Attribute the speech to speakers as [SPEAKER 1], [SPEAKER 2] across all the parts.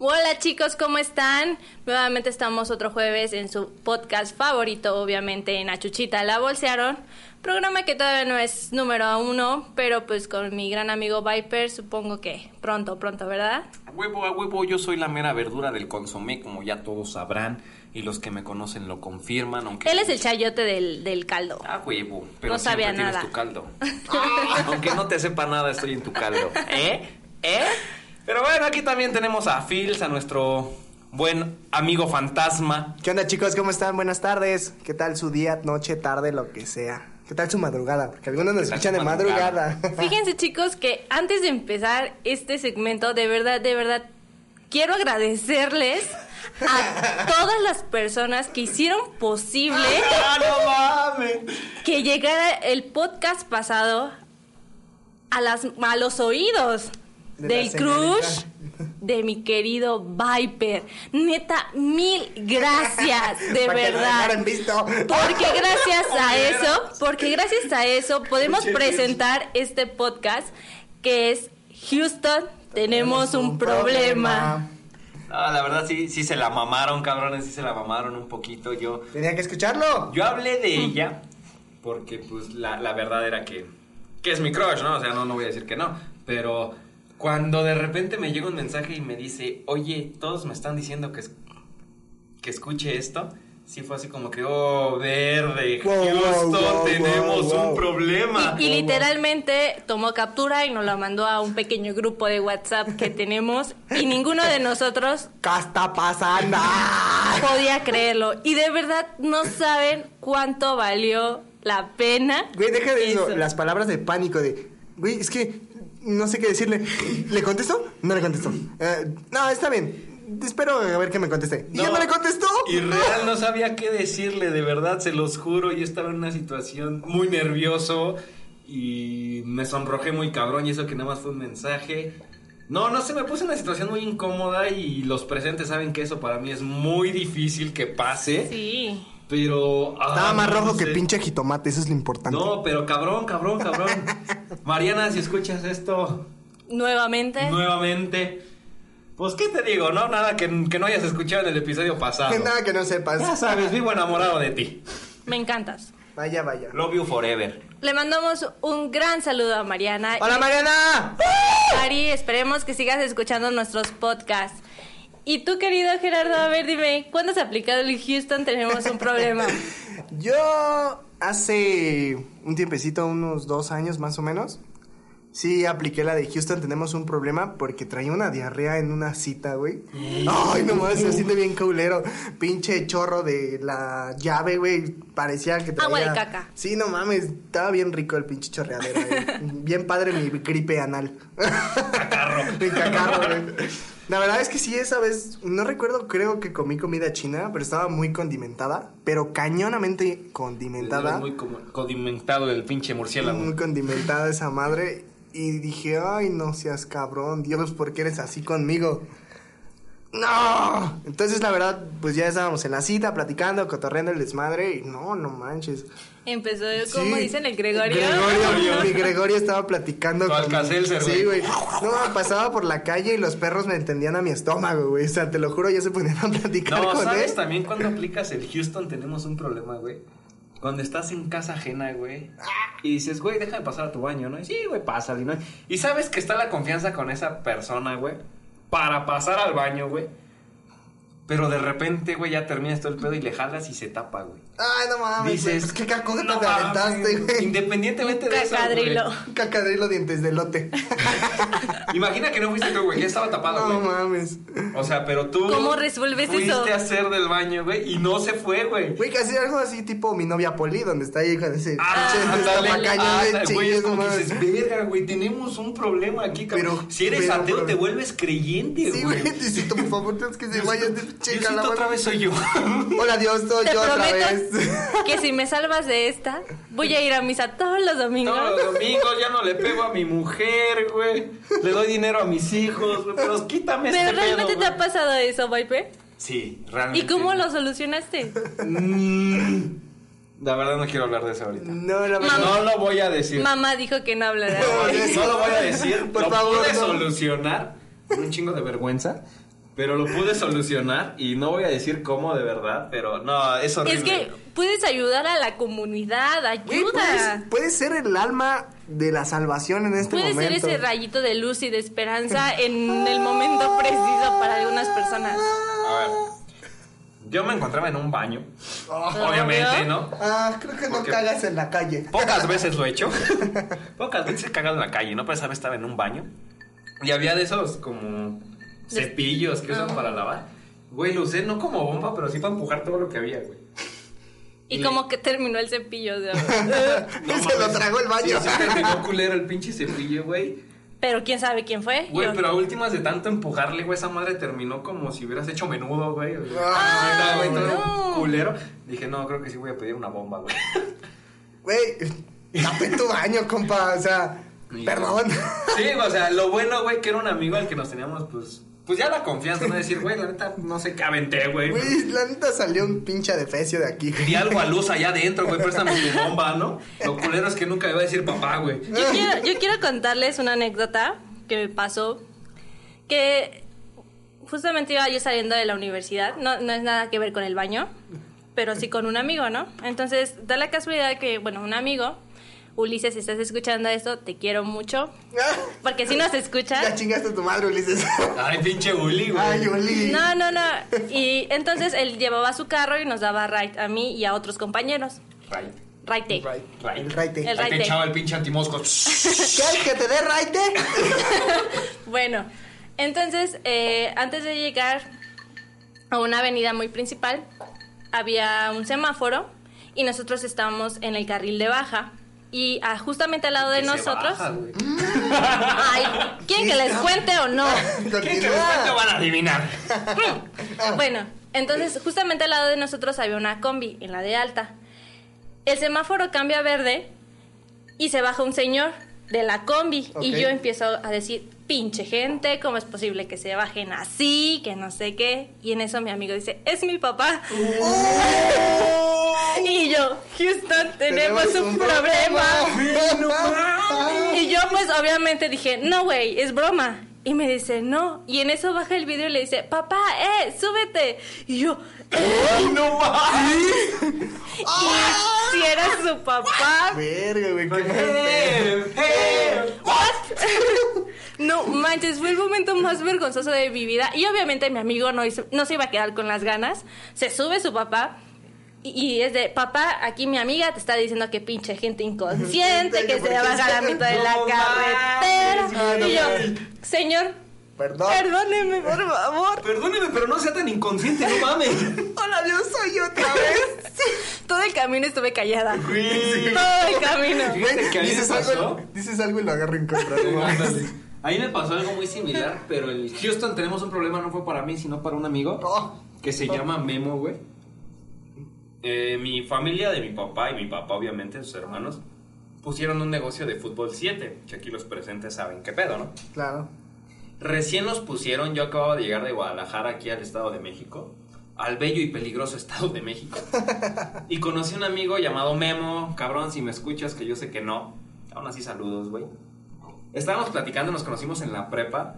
[SPEAKER 1] Hola chicos, ¿cómo están? Nuevamente estamos otro jueves en su podcast favorito, obviamente en Achuchita la Bolsearon. Programa que todavía no es número uno, pero pues con mi gran amigo Viper supongo que pronto, pronto, ¿verdad?
[SPEAKER 2] A huevo, a huevo, yo soy la mera verdura del consomé, como ya todos sabrán, y los que me conocen lo confirman, aunque...
[SPEAKER 1] Él es el chayote del, del caldo.
[SPEAKER 2] A huevo, pero
[SPEAKER 1] No
[SPEAKER 2] siempre
[SPEAKER 1] sabía
[SPEAKER 2] tienes
[SPEAKER 1] nada.
[SPEAKER 2] tu caldo. aunque no te sepa nada, estoy en tu caldo. ¿Eh? ¿Eh? Pero bueno, aquí también tenemos a Fils, a nuestro buen amigo fantasma.
[SPEAKER 3] ¿Qué onda chicos? ¿Cómo están? Buenas tardes. ¿Qué tal su día, noche, tarde, lo que sea? ¿Qué tal su madrugada? Porque algunos nos
[SPEAKER 2] ¿Qué tal
[SPEAKER 3] escuchan
[SPEAKER 2] su
[SPEAKER 3] de
[SPEAKER 2] madrugada?
[SPEAKER 3] madrugada.
[SPEAKER 1] Fíjense chicos que antes de empezar este segmento, de verdad, de verdad, quiero agradecerles a todas las personas que hicieron posible
[SPEAKER 2] ¡Ah, no mames!
[SPEAKER 1] que llegara el podcast pasado a, las, a los oídos
[SPEAKER 3] De
[SPEAKER 1] del
[SPEAKER 3] la señorita.
[SPEAKER 1] crush de mi querido Viper. Neta, mil gracias, de
[SPEAKER 3] Para que lo
[SPEAKER 1] verdad.
[SPEAKER 3] dejaran visto.
[SPEAKER 1] Porque gracias a eso, porque gracias a eso podemos presentar este podcast que es Houston, tenemos un problema.
[SPEAKER 2] Ah, la verdad sí, sí se la mamaron, cabrones, sí se la mamaron un poquito. Yo,
[SPEAKER 3] Tenía que escucharlo.
[SPEAKER 2] yo hablé de ella porque, pues, la, la verdad era que, que es mi crush, ¿no? O sea, no, no voy a decir que no, pero cuando de repente me llega un mensaje y me dice, oye, todos me están diciendo que, es- que escuche esto, sí fue así como que, oh, verde,
[SPEAKER 3] Wow, wow,
[SPEAKER 2] Houston,
[SPEAKER 3] wow,
[SPEAKER 2] tenemos
[SPEAKER 3] wow,
[SPEAKER 2] un
[SPEAKER 3] wow.
[SPEAKER 2] problema.
[SPEAKER 1] Y, y literalmente tomó captura y nos la mandó a un pequeño grupo de WhatsApp que tenemos y ninguno de nosotros
[SPEAKER 3] ¿Qué está pasando?
[SPEAKER 1] podía creerlo. Y de verdad no saben cuánto valió la pena.
[SPEAKER 3] Güey, deja de eso.
[SPEAKER 1] eso.
[SPEAKER 3] Las palabras de pánico de... Güey, es que no sé qué decirle. ¿Le contesto? No le contesto. Eh, no, está bien. Espero a ver que me conteste. ¿Y ya no le contestó?
[SPEAKER 2] Y real no sabía qué decirle, de verdad, se los juro. Yo estaba en una situación muy nervioso y me sonrojé muy cabrón y eso que nada más fue un mensaje. No, no sé, me puse en una situación muy incómoda y los presentes saben que eso para mí es muy difícil que pase.
[SPEAKER 1] Sí.
[SPEAKER 2] Pero...
[SPEAKER 3] Estaba
[SPEAKER 2] ah,
[SPEAKER 3] más
[SPEAKER 2] no
[SPEAKER 3] rojo que
[SPEAKER 2] sé.
[SPEAKER 3] pinche jitomate. Eso es lo importante.
[SPEAKER 2] No, pero cabrón, cabrón, cabrón. Mariana, si escuchas esto,
[SPEAKER 1] Nuevamente.
[SPEAKER 2] nuevamente. Pues, ¿qué te digo? No, nada que, que no hayas escuchado en el episodio pasado.
[SPEAKER 3] Nada que no sepas.
[SPEAKER 2] Ya sabes, vivo enamorado de ti.
[SPEAKER 1] Me encantas.
[SPEAKER 3] Vaya, vaya.
[SPEAKER 2] Love you forever.
[SPEAKER 1] Le mandamos un gran saludo a Mariana.
[SPEAKER 3] ¡Hola, Mariana!
[SPEAKER 1] Y Ari, esperemos que sigas escuchando nuestros podcasts. Y tú, querido Gerardo, a ver, dime, ¿cuándo has aplicado el Houston? Tenemos un problema.
[SPEAKER 3] Yo hace un tiempecito, unos dos años más o menos, sí apliqué la de Houston, tenemos un problema porque traía una diarrea en una cita, güey. Ay, nomás se siente bien caulero. Pinche chorro de la llave, güey. Parecía que traía...
[SPEAKER 1] Agua de caca.
[SPEAKER 3] Sí, no mames, estaba bien rico el pinche chorreadero, güey. bien padre mi gripe anal. Mi cacarro, güey. La verdad es que sí, esa vez, no recuerdo, creo que comí comida china, pero estaba muy condimentada, pero cañonamente condimentada.
[SPEAKER 2] Es Muy como- condimentado el pinche murciélago.
[SPEAKER 3] Muy condimentada esa madre. Y dije, ay, no seas cabrón, Dios, ¿por qué eres así conmigo? ¡No! Entonces, la verdad, pues ya estábamos en la cita, platicando, cotorreando el desmadre, y no, no manches.
[SPEAKER 1] Empezó, como
[SPEAKER 3] Sí.
[SPEAKER 1] dicen el Gregorio.
[SPEAKER 3] Gregorio, mi Gregorio estaba platicando
[SPEAKER 2] Tu Alka-Seltzer,
[SPEAKER 3] Sí,
[SPEAKER 2] güey.
[SPEAKER 3] güey. No, pasaba por la calle y los perros me entendían a mi estómago, güey. O sea, te lo juro, ya se ponían a platicar
[SPEAKER 2] No,
[SPEAKER 3] con
[SPEAKER 2] ¿sabes
[SPEAKER 3] él.
[SPEAKER 2] también cuando aplicas el Houston tenemos un problema, güey? Cuando estás en casa ajena, güey, y dices, güey, déjame pasar a tu baño, ¿no? Y sí, güey, pásale, ¿no? Y sabes que está la confianza con esa persona, güey, para pasar al baño, güey. Pero de repente, güey, ya terminas todo el pedo y le jalas y se tapa, güey.
[SPEAKER 3] Ay, no mames, güey,
[SPEAKER 2] Dices,
[SPEAKER 3] pues, qué cacota
[SPEAKER 2] "No
[SPEAKER 3] te
[SPEAKER 2] mames".
[SPEAKER 3] aventaste, güey.
[SPEAKER 2] Independientemente de eso, güey.
[SPEAKER 1] Cacadrilo.
[SPEAKER 3] Cacadrilo dientes de lote.
[SPEAKER 2] Imagina que no fuiste tú, güey, ya estaba tapado,
[SPEAKER 3] No
[SPEAKER 2] güey.
[SPEAKER 3] mames.
[SPEAKER 2] O sea, pero tú.
[SPEAKER 1] ¿Cómo resuelves
[SPEAKER 2] fuiste
[SPEAKER 1] eso?
[SPEAKER 2] a hacer del baño, güey, y no se fue, güey.
[SPEAKER 3] Güey, casi algo así tipo mi novia Poli, donde está ahí con ese
[SPEAKER 2] Ah,
[SPEAKER 3] pinche
[SPEAKER 2] ándale,
[SPEAKER 3] tapacaño, güey,
[SPEAKER 2] ándale, güey,
[SPEAKER 3] chingues,
[SPEAKER 2] es como
[SPEAKER 3] no
[SPEAKER 2] que
[SPEAKER 3] mames.
[SPEAKER 2] dices, verga, güey, tenemos un problema aquí, cabrón.
[SPEAKER 3] Pero-
[SPEAKER 2] si eres
[SPEAKER 3] pero-
[SPEAKER 2] ateo,
[SPEAKER 3] pero-
[SPEAKER 2] te vuelves creyente,
[SPEAKER 3] Sí,
[SPEAKER 2] güey.
[SPEAKER 3] güey, Diosito, por favor, tienes que se
[SPEAKER 2] Diosito-
[SPEAKER 3] vayas de pinche
[SPEAKER 2] Diosito,
[SPEAKER 3] calamar.
[SPEAKER 2] otra vez soy yo.
[SPEAKER 3] Hola, Dios, soy
[SPEAKER 1] Te
[SPEAKER 3] yo otra
[SPEAKER 1] prometo
[SPEAKER 3] vez.
[SPEAKER 1] que si me salvas de esta, voy a ir a misa todos los domingos.
[SPEAKER 2] Todos los domingos ya no le pego a mi mujer, güey. Le doy dinero a mis hijos, güey, pero quítame
[SPEAKER 1] Pero
[SPEAKER 2] este
[SPEAKER 1] realmente
[SPEAKER 2] pedo,
[SPEAKER 1] te ha
[SPEAKER 2] güey.
[SPEAKER 1] pasado eso, Viper.
[SPEAKER 2] Sí, realmente.
[SPEAKER 1] ¿Y cómo lo solucionaste?
[SPEAKER 2] Mm, la verdad no quiero hablar de eso ahorita.
[SPEAKER 3] No, la verdad.
[SPEAKER 2] No lo voy a decir.
[SPEAKER 1] Mamá dijo que no hablará.
[SPEAKER 2] No lo voy a decir.
[SPEAKER 3] Por
[SPEAKER 2] lo
[SPEAKER 3] favor,
[SPEAKER 2] pude
[SPEAKER 3] no.
[SPEAKER 2] solucionar con un chingo de vergüenza. Pero lo pude solucionar y no voy a decir cómo de verdad, pero no, es horrible.
[SPEAKER 1] Es que puedes ayudar a la comunidad,
[SPEAKER 3] Güey, puedes,
[SPEAKER 1] ayuda.
[SPEAKER 3] puedes ser el alma de la salvación en este
[SPEAKER 1] Puedes ser
[SPEAKER 3] momento.
[SPEAKER 1] ese rayito de luz y de esperanza en el momento preciso para algunas personas.
[SPEAKER 2] A ver. Yo me encontraba en un baño. Obviamente, ¿no?
[SPEAKER 3] Ah, creo que no
[SPEAKER 2] Ok.
[SPEAKER 3] cagas en la calle.
[SPEAKER 2] Pocas veces lo he hecho. Pocas veces he cagado en la calle, ¿no? Pero esa vez estaba en un baño. Y había de esos como cepillos que
[SPEAKER 1] Ah.
[SPEAKER 2] usan para lavar. Güey, lo usé no como bomba, pero sí para empujar todo lo que había, güey.
[SPEAKER 1] Y
[SPEAKER 2] Le-
[SPEAKER 1] como que terminó el cepillo de
[SPEAKER 3] Y se lo tragó el baño.
[SPEAKER 2] Sí, sí, terminó culero el pinche cepillo, güey.
[SPEAKER 1] Pero quién sabe quién fue.
[SPEAKER 2] Güey,
[SPEAKER 1] Yo-
[SPEAKER 2] pero a últimas de tanto empujarle, güey, esa madre terminó como si hubieras hecho menudo, güey.
[SPEAKER 3] Ah,
[SPEAKER 2] Neta, güey, todo
[SPEAKER 1] no.
[SPEAKER 2] culero. Dije, no, creo que sí voy a pedir una bomba, güey.
[SPEAKER 3] Güey, tapé tu baño, compa. O sea,
[SPEAKER 2] Y-
[SPEAKER 3] perdón.
[SPEAKER 2] Sí, o sea, lo bueno, güey, que era un amigo al que nos teníamos, pues, pues ya la confianza, ¿no? Decir, güey, la neta, no sé qué aventé, güey.
[SPEAKER 3] Güey, la neta salió un pinche adefesio de aquí.
[SPEAKER 2] Di algo a luz allá adentro, güey, préstame tu bomba, ¿no? Lo culero es que nunca iba a decir papá, güey.
[SPEAKER 1] Yo quiero, yo quiero contarles una anécdota que me pasó. Que justamente iba yo saliendo de la universidad. No, no es nada que ver con el baño, pero sí con un amigo, ¿no? Entonces, da la casualidad que, bueno, un amigo, Ulises, si estás escuchando esto, te quiero mucho. Porque si nos
[SPEAKER 3] Ya
[SPEAKER 1] escuchas.
[SPEAKER 3] chingaste a tu madre, Ulises.
[SPEAKER 2] Ay, pinche bully, güey.
[SPEAKER 3] Ay, Uli.
[SPEAKER 1] No, no, no. Y entonces él llevaba su carro y nos daba ride a mí y a otros compañeros.
[SPEAKER 2] Right,
[SPEAKER 1] Ride.
[SPEAKER 3] Right.
[SPEAKER 2] right.
[SPEAKER 3] El raite.
[SPEAKER 1] El
[SPEAKER 2] Ahí te
[SPEAKER 1] raite.
[SPEAKER 2] echaba el pinche antimosco.
[SPEAKER 3] ¿Quieres que te dé raite?
[SPEAKER 1] Bueno, entonces, eh, antes de llegar a una avenida muy principal, había un semáforo y nosotros estábamos en el carril de baja. Y ah, justamente al lado de
[SPEAKER 2] Se
[SPEAKER 1] nosotros.
[SPEAKER 2] baja, güey.
[SPEAKER 1] Ay, ¿quieren que les cuente o no?
[SPEAKER 2] ¿Quién que después te
[SPEAKER 3] Continúa.
[SPEAKER 2] van a adivinar?
[SPEAKER 1] Bueno, entonces, justamente al lado de nosotros había una combi, en la de alta. El semáforo cambia a verde y se baja un señor de la combi.
[SPEAKER 3] Ok.
[SPEAKER 1] Y yo empiezo a decir, pinche gente, ¿cómo es posible que se bajen así? Que no sé qué. Y en eso mi amigo dice, es mi papá. y yo, Houston, ¡Oh! tenemos, un, problema. Y yo pues obviamente dije, no, güey, es broma. Y me dice, no. Y en eso baja el video y le dice, papá, eh, súbete. Y yo,
[SPEAKER 2] ¡No mames!
[SPEAKER 1] y si era su papá.
[SPEAKER 3] Verga, güey, qué mal pedo.
[SPEAKER 2] ¡Eh! ¡Eh!
[SPEAKER 1] ¿What? No manches, fue el momento más vergonzoso de mi vida. Y obviamente mi amigo no, hizo- no se iba a quedar con las ganas. Se sube su papá. Y y es de, papá, aquí mi amiga te está diciendo que pinche gente inconsciente,
[SPEAKER 3] Gente,
[SPEAKER 1] que
[SPEAKER 3] ¿por
[SPEAKER 1] se
[SPEAKER 3] qué
[SPEAKER 1] baja a la
[SPEAKER 3] se-
[SPEAKER 1] mitad de
[SPEAKER 2] No
[SPEAKER 1] la
[SPEAKER 2] mames,
[SPEAKER 1] carretera.
[SPEAKER 2] güey.
[SPEAKER 1] Y yo, señor,
[SPEAKER 3] Perdón.
[SPEAKER 1] perdóneme, por favor.
[SPEAKER 2] Perdóneme, pero no sea tan inconsciente, no mames.
[SPEAKER 3] Hola, yo soy yo otra vez.
[SPEAKER 1] Todo el camino estuve callada.
[SPEAKER 2] Güey.
[SPEAKER 1] Todo el camino.
[SPEAKER 2] Fíjate que a mí me
[SPEAKER 3] Dices algo,
[SPEAKER 2] pasó.
[SPEAKER 3] dices algo y lo agarro en contra. no mames.
[SPEAKER 2] Ándale. A mí me pasó algo muy similar, pero el Houston tenemos un problema, no fue para mí, sino para un amigo
[SPEAKER 3] Oh.
[SPEAKER 2] que se llama Memo, güey. Eh, mi familia de mi papá y mi papá, obviamente, sus hermanos, pusieron un negocio de fútbol 7, que aquí los presentes saben qué pedo, ¿no?
[SPEAKER 3] Claro.
[SPEAKER 2] Recién los pusieron, yo acababa de llegar de Guadalajara aquí al Estado de México, al bello y peligroso Estado de México. Y conocí un amigo llamado Memo, cabrón, si me escuchas, que yo sé que no. Aún así, saludos, güey. Estábamos platicando, nos conocimos en la prepa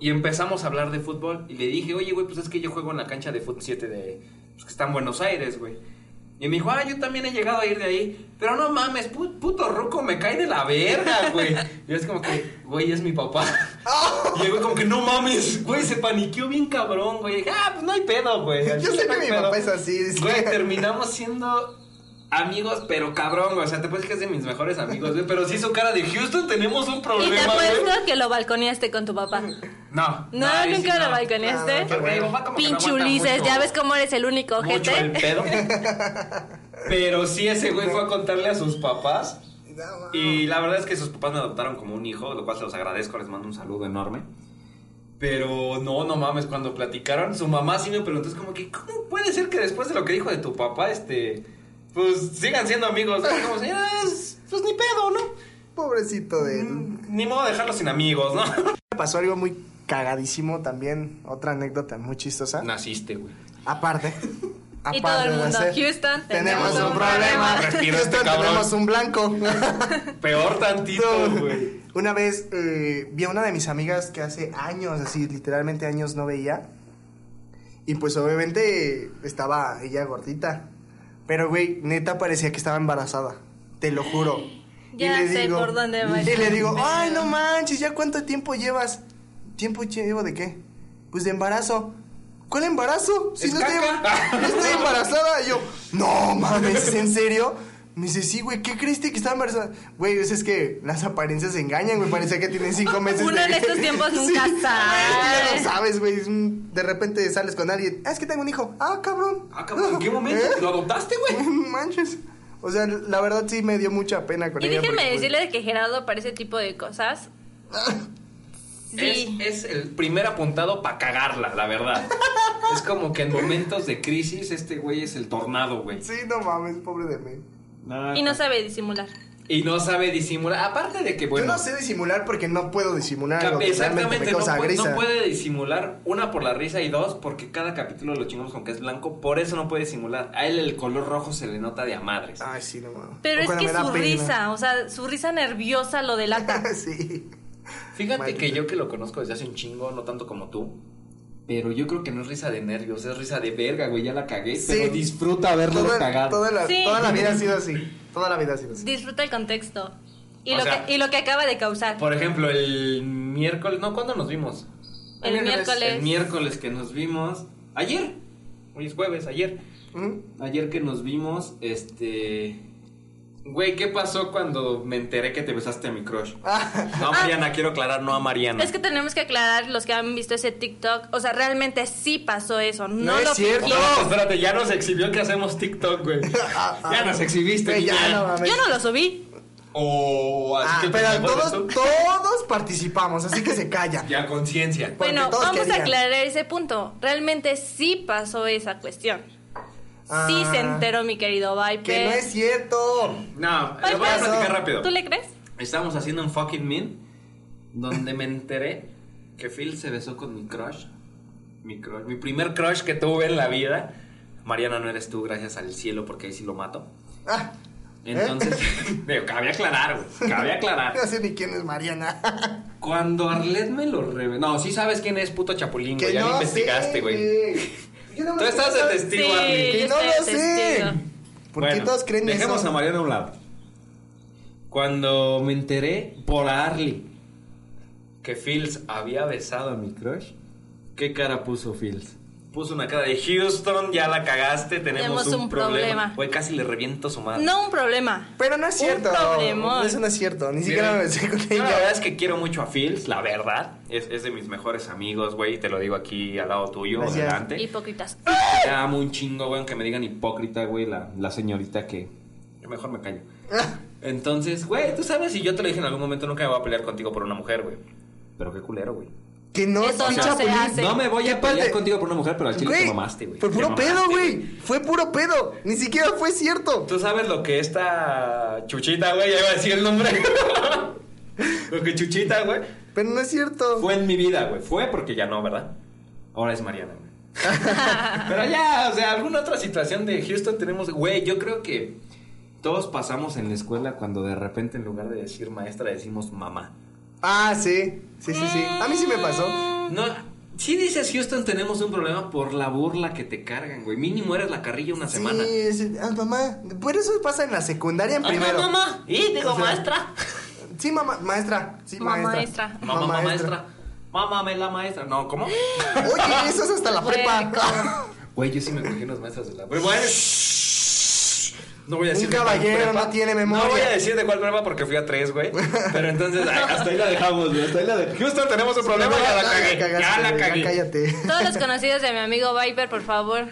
[SPEAKER 2] y empezamos a hablar de fútbol. Y le dije, oye, güey, pues es que yo juego en la cancha de fútbol 7 de. Pues que está en Buenos Aires, güey. Y me dijo, ah, yo también he llegado a ir de ahí. Pero no mames, pu- puto ruco, me cae de la verga, güey. Y es como que, güey, es mi papá. Y el güey como que, no mames, güey, se paniqueó bien cabrón, güey. Dije, ah, pues no hay pedo, güey.
[SPEAKER 3] Yo sé que mi papá es así, dice.
[SPEAKER 2] Güey, terminamos siendo amigos, pero cabrón, güey. O sea, te puedes decir que es de mis mejores amigos, güey. Pero sí su cara de Houston, tenemos un
[SPEAKER 1] Y te
[SPEAKER 2] problema, güey.
[SPEAKER 1] apuesto que lo balconeaste con tu papá.
[SPEAKER 2] No.
[SPEAKER 1] No,
[SPEAKER 2] ahí sí
[SPEAKER 1] nunca lo
[SPEAKER 2] no.
[SPEAKER 1] balconeaste.
[SPEAKER 3] No,
[SPEAKER 2] Porque mi papá como que no
[SPEAKER 1] Pinche
[SPEAKER 2] aguanta
[SPEAKER 1] Ulises,
[SPEAKER 2] mucho-
[SPEAKER 1] ya ves cómo eres el único
[SPEAKER 2] mucho el
[SPEAKER 1] ojete.
[SPEAKER 2] pedo. Pero sí, ese güey fue a contarle a sus papás. Y la verdad es que sus papás me adoptaron como un hijo, lo cual se los agradezco, les mando un saludo enorme. Pero no, no mames, cuando platicaron, su mamá sí me preguntó, es como que, ¿cómo puede ser que después de lo que dijo de tu papá, este, pues sigan siendo amigos? Es como, "Ah, es- pues ni pedo, ¿no?
[SPEAKER 3] Pobrecito de él.
[SPEAKER 2] Ni modo de dejarlos sin amigos, ¿no?
[SPEAKER 3] Mm, Me pasó algo muy cagadísimo también. Otra anécdota muy chistosa.
[SPEAKER 2] Naciste, güey.
[SPEAKER 3] Aparte.
[SPEAKER 1] Y todo el mundo, Houston,
[SPEAKER 3] tenemos,
[SPEAKER 1] tenemos
[SPEAKER 3] un
[SPEAKER 1] un
[SPEAKER 3] problema.
[SPEAKER 1] problema.
[SPEAKER 2] Respira este
[SPEAKER 3] Houston,
[SPEAKER 2] cabrón.
[SPEAKER 3] tenemos un blanco.
[SPEAKER 2] Peor tantito, güey.
[SPEAKER 3] Una vez eh, vi a una de mis amigas que hace años, así literalmente años no veía. Y pues obviamente estaba ella gordita. Pero, güey, neta parecía que estaba embarazada. Te lo juro.
[SPEAKER 1] Ya sé por dónde va
[SPEAKER 3] Y le
[SPEAKER 1] el
[SPEAKER 3] digo,
[SPEAKER 1] pedo.
[SPEAKER 3] ay, no manches, ¿ya cuánto tiempo llevas? ¿Tiempo llevo de qué? Pues de embarazo. ¿Cuál embarazo? Si
[SPEAKER 2] Es
[SPEAKER 3] no estoy,
[SPEAKER 2] caca.
[SPEAKER 3] no estoy embarazada. Y yo, no mames, ¿es ¿en serio? Me dice, sí, güey, ¿qué creíste que estaba embarazada? Güey, pues es que las apariencias engañan, güey. Parecía que tienen cinco meses.
[SPEAKER 1] Uno
[SPEAKER 3] de-
[SPEAKER 1] en estos tiempos
[SPEAKER 3] Sí.
[SPEAKER 1] nunca
[SPEAKER 3] Ya
[SPEAKER 1] sabe.
[SPEAKER 3] lo sabes, güey. es un- De repente sales con alguien. Ah, es que tengo un hijo. Ah, cabrón.
[SPEAKER 2] Ah, cabrón, ¿en qué momento?
[SPEAKER 3] ¿Eh?
[SPEAKER 2] ¿Lo adoptaste, güey?
[SPEAKER 3] Manches. O sea, la verdad sí me dio mucha pena con
[SPEAKER 1] Y
[SPEAKER 3] ella.
[SPEAKER 1] déjenme
[SPEAKER 3] porque, pues,
[SPEAKER 1] decirles que Gerardo para ese tipo de cosas. Sí.
[SPEAKER 2] Es, es el primer apuntado para cagarla, la verdad. es como que en momentos de crisis este güey es el tornado, güey.
[SPEAKER 3] Sí, no mames, pobre de mí.
[SPEAKER 2] Nah,
[SPEAKER 1] Y no sabe disimular.
[SPEAKER 2] y no sabe disimular. Aparte de que, bueno...
[SPEAKER 3] Yo no sé disimular porque no puedo disimular
[SPEAKER 2] Cap-
[SPEAKER 3] algo que realmente
[SPEAKER 2] Exactamente,
[SPEAKER 3] me
[SPEAKER 2] no,
[SPEAKER 3] causa
[SPEAKER 2] puede-
[SPEAKER 3] grisa.
[SPEAKER 2] no puede disimular una por la risa y dos porque cada capítulo lo chingamos con que es blanco, por eso no puede disimular. A él el color rojo se le nota de a madres.
[SPEAKER 3] Ay, sí, no mames.
[SPEAKER 1] Pero
[SPEAKER 3] O
[SPEAKER 1] es
[SPEAKER 3] cuando
[SPEAKER 1] que
[SPEAKER 3] me da
[SPEAKER 1] su
[SPEAKER 3] pena.
[SPEAKER 1] risa, o sea, su risa nerviosa lo delata.
[SPEAKER 3] sí.
[SPEAKER 2] Fíjate
[SPEAKER 3] Maldita.
[SPEAKER 2] que yo que lo conozco desde hace un chingo, no tanto como tú, pero yo creo que no es risa de nervios, es risa de verga, güey, ya la cagué,
[SPEAKER 3] Sí.
[SPEAKER 2] pero disfruta haberlo
[SPEAKER 3] Toda,
[SPEAKER 2] cagado.
[SPEAKER 3] toda la,
[SPEAKER 1] Sí.
[SPEAKER 3] toda la vida ha sido así. Toda la vida ha sido así.
[SPEAKER 1] Disfruta el contexto. Y
[SPEAKER 2] O
[SPEAKER 1] lo,
[SPEAKER 2] sea-
[SPEAKER 1] que, y lo que acaba de causar.
[SPEAKER 2] Por ejemplo, el miércoles, no, ¿cuándo nos vimos?
[SPEAKER 1] El
[SPEAKER 2] El
[SPEAKER 1] miércoles.
[SPEAKER 2] miércoles que nos vimos, ayer, hoy es jueves, ayer.
[SPEAKER 3] ¿Mm?
[SPEAKER 2] Ayer que nos vimos, este. Güey, ¿qué pasó cuando me enteré que te besaste a mi crush?
[SPEAKER 3] Ah,
[SPEAKER 2] No a Mariana, quiero aclarar, no a Mariana.
[SPEAKER 1] Es que tenemos que aclarar los que han visto ese TikTok. O sea, realmente sí pasó eso. No,
[SPEAKER 3] No es
[SPEAKER 1] lo
[SPEAKER 3] cierto.
[SPEAKER 1] fingió.
[SPEAKER 2] Espérate, espérate, ya nos exhibió que hacemos TikTok, güey. ya nos exhibiste,
[SPEAKER 3] ah, güey, ya
[SPEAKER 2] niña.
[SPEAKER 3] no mames.
[SPEAKER 1] Yo no lo subí.
[SPEAKER 2] O así
[SPEAKER 3] Ah,
[SPEAKER 2] que te
[SPEAKER 3] pero
[SPEAKER 2] acuerdas
[SPEAKER 3] todos,
[SPEAKER 2] tú.
[SPEAKER 3] todos participamos, así que se callan.
[SPEAKER 2] Ya conciencia.
[SPEAKER 3] Porque
[SPEAKER 1] bueno,
[SPEAKER 3] todos
[SPEAKER 1] vamos
[SPEAKER 3] querían.
[SPEAKER 1] a aclarar ese punto. Realmente sí pasó esa cuestión. Sí
[SPEAKER 3] Ah.
[SPEAKER 1] se enteró mi querido Viper.
[SPEAKER 3] Que no es cierto.
[SPEAKER 2] No,
[SPEAKER 1] Viper,
[SPEAKER 3] Pues
[SPEAKER 2] lo voy a platicar rápido.
[SPEAKER 1] ¿Tú le crees?
[SPEAKER 2] Estábamos haciendo un fucking min donde me enteré que Phil se besó con mi crush. Mi crush, mi primer crush que tuve en la vida. Mariana no eres tú, gracias al cielo, porque ahí sí lo mato.
[SPEAKER 3] Ah,
[SPEAKER 2] Entonces, digo, cabe aclarar, güey. Cabe aclarar.
[SPEAKER 3] no sé ni quién es Mariana.
[SPEAKER 2] Cuando Arlet me lo reveló. No, sí sabes quién es puto Chapulín, güey. Ya lo investigaste,
[SPEAKER 3] sé,
[SPEAKER 2] güey.
[SPEAKER 3] Yo nada más
[SPEAKER 2] Tú estás
[SPEAKER 3] quiero
[SPEAKER 2] de
[SPEAKER 3] saber-
[SPEAKER 2] testigo,
[SPEAKER 1] Sí.
[SPEAKER 2] Arlet.
[SPEAKER 3] Que
[SPEAKER 1] Yo
[SPEAKER 3] no lo
[SPEAKER 1] estoy de
[SPEAKER 3] sé.
[SPEAKER 1] testigo.
[SPEAKER 3] ¿Por qué
[SPEAKER 2] Bueno,
[SPEAKER 3] todos creen
[SPEAKER 2] dejemos
[SPEAKER 3] eso?
[SPEAKER 2] a Mariana a un lado. Cuando me enteré por Arlie que Fields había besado a mi crush, ¿qué cara puso Fields? Puso una cara de Houston, ya la cagaste, tenemos,
[SPEAKER 1] Tenemos
[SPEAKER 2] un,
[SPEAKER 1] un
[SPEAKER 2] problema.
[SPEAKER 1] problema.
[SPEAKER 2] Güey, casi le reviento su madre.
[SPEAKER 1] No un problema.
[SPEAKER 3] Pero no es cierto.
[SPEAKER 1] Un problemón.
[SPEAKER 3] Eso no es cierto. Ni
[SPEAKER 2] Miren,
[SPEAKER 3] siquiera me besé con
[SPEAKER 2] yo la
[SPEAKER 3] ella.
[SPEAKER 2] verdad es que quiero mucho a Fields, la verdad. Es, es de mis mejores amigos, güey, te lo digo aquí al lado tuyo,
[SPEAKER 3] Gracias.
[SPEAKER 2] adelante.
[SPEAKER 1] Hipócritas.
[SPEAKER 2] Te amo un chingo, güey, aunque me digan hipócrita, güey, la, la señorita que... Yo mejor me callo. Entonces, güey, tú sabes, si yo te lo dije en algún momento, nunca me voy a pelear contigo por una mujer, güey. Pero qué culero, güey.
[SPEAKER 3] Que no,
[SPEAKER 1] Eso
[SPEAKER 3] soy
[SPEAKER 1] no se
[SPEAKER 3] chapulín.
[SPEAKER 1] hace. Sí.
[SPEAKER 2] No me voy
[SPEAKER 3] ¿Qué
[SPEAKER 2] a pelear
[SPEAKER 3] parte?
[SPEAKER 2] contigo por una mujer, pero al chile te
[SPEAKER 3] Güey,
[SPEAKER 2] mamaste, güey.
[SPEAKER 3] Fue
[SPEAKER 2] Te
[SPEAKER 3] puro
[SPEAKER 2] mamaste,
[SPEAKER 3] pedo, güey. Fue puro pedo. Ni siquiera fue cierto.
[SPEAKER 2] Tú sabes lo que esta chuchita, güey, ya iba a decir el nombre. lo que chuchita, güey,
[SPEAKER 3] Pero no es cierto.
[SPEAKER 2] fue en mi vida, güey. Fue porque ya no, ¿verdad? Ahora es Mariana, güey. Pero ya, o sea, alguna otra situación de Houston tenemos, güey, yo creo que todos pasamos en la escuela cuando de repente en lugar de decir maestra decimos mamá.
[SPEAKER 3] Ah, sí. Sí, sí, sí. A mí sí me pasó.
[SPEAKER 1] Mm.
[SPEAKER 2] No, si dices Houston tenemos un problema por la burla que te cargan, güey. Mínimo eres la carrilla una semana.
[SPEAKER 3] Sí, es- ah, mamá. Por eso pasa en la secundaria en primero.
[SPEAKER 2] mamá. Y digo
[SPEAKER 3] O sea,
[SPEAKER 2] maestra.
[SPEAKER 3] Sí, mamá. Maestra. Sí,
[SPEAKER 1] Mamá
[SPEAKER 3] maestra.
[SPEAKER 1] maestra.
[SPEAKER 2] Mamá, mamá, maestra. Mamá, me la maestra. No, ¿cómo?
[SPEAKER 3] Oye, eso es hasta la prepa.
[SPEAKER 2] Güey, yo sí me cogí unas maestras de la prepa. Bueno, no voy a
[SPEAKER 3] Un
[SPEAKER 2] decir. de cuál
[SPEAKER 3] caballero
[SPEAKER 2] prepa.
[SPEAKER 3] no tiene memoria.
[SPEAKER 2] No voy a decir de cuál prepa porque fui a tres, güey. Pero entonces, ay, hasta ahí la dejamos, güey. Hasta ahí la dejamos. Houston, tenemos un problema. Ya la cagué. Ya
[SPEAKER 3] cagaste,
[SPEAKER 2] la
[SPEAKER 3] güey,
[SPEAKER 2] cagué.
[SPEAKER 3] Cállate.
[SPEAKER 1] Todos los conocidos de mi amigo Viper, por favor,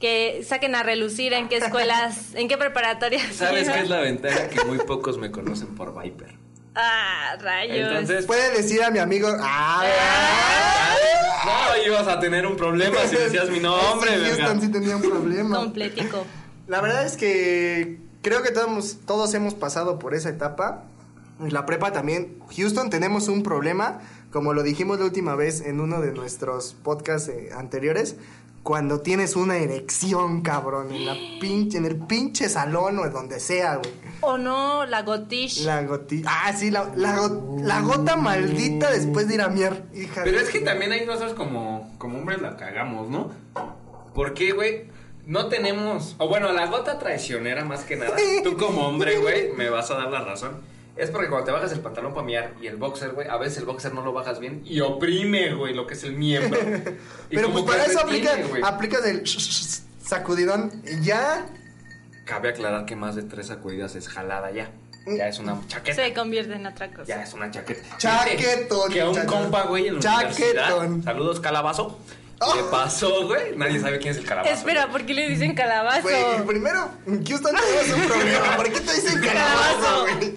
[SPEAKER 1] que saquen a relucir en qué escuelas, en qué preparatorias.
[SPEAKER 2] ¿Sabes
[SPEAKER 1] iba.
[SPEAKER 2] qué es la ventaja? Que muy pocos me conocen por Viper.
[SPEAKER 1] Ah, rayos.
[SPEAKER 2] Entonces,
[SPEAKER 3] Puede decir a mi amigo. Ah,
[SPEAKER 2] Ah, no ibas a tener un problema si decías mi nombre,
[SPEAKER 3] Sí,
[SPEAKER 2] verga.
[SPEAKER 3] Houston sí tenía un problema.
[SPEAKER 1] Completico.
[SPEAKER 3] La verdad es que creo que todos, todos hemos pasado por esa etapa. Y La prepa también. Houston, tenemos un problema. Como lo dijimos la última vez en uno de nuestros podcasts eh, anteriores. Cuando tienes una erección, cabrón, en, la pinche, en el pinche salón o en donde sea, güey.
[SPEAKER 1] o no la gotish.
[SPEAKER 3] La gotita. Ah, sí, la, la, go- la gota maldita después de ir a miar, hija.
[SPEAKER 2] Pero
[SPEAKER 3] de-
[SPEAKER 2] es que también ahí nosotros como, como hombres la cagamos, ¿no? Porque, güey, no tenemos... O bueno, la gota traicionera más que nada. Tú como hombre, güey, me vas a dar la razón. Es porque cuando te bajas el pantalón para miar y el boxer, güey, a veces el boxer no lo bajas bien y oprime, güey, lo que es el miembro. Y
[SPEAKER 3] Pero pues
[SPEAKER 2] como
[SPEAKER 3] para
[SPEAKER 2] que
[SPEAKER 3] eso
[SPEAKER 2] retiene,
[SPEAKER 3] aplica,
[SPEAKER 2] güey.
[SPEAKER 3] aplicas el sacudidón. y Ya.
[SPEAKER 2] Cabe aclarar que más de tres sacudidas es jalada ya. Ya es una chaqueta.
[SPEAKER 1] Se convierte en otra cosa.
[SPEAKER 2] Ya es una chaqueta.
[SPEAKER 3] Chaquetón,
[SPEAKER 2] Que a un
[SPEAKER 3] muchachos.
[SPEAKER 2] compa, güey, en la
[SPEAKER 3] Chaquetón. Ah.
[SPEAKER 2] universidad, Saludos, calabazo. Le pasó, güey. Nadie sabe quién es el calabazo.
[SPEAKER 1] Espera, ¿por qué le dicen calabazo?
[SPEAKER 3] Güey, primero, en Houston tenemos un problema. ¿Por qué te dicen calabazo, güey?
[SPEAKER 2] güey.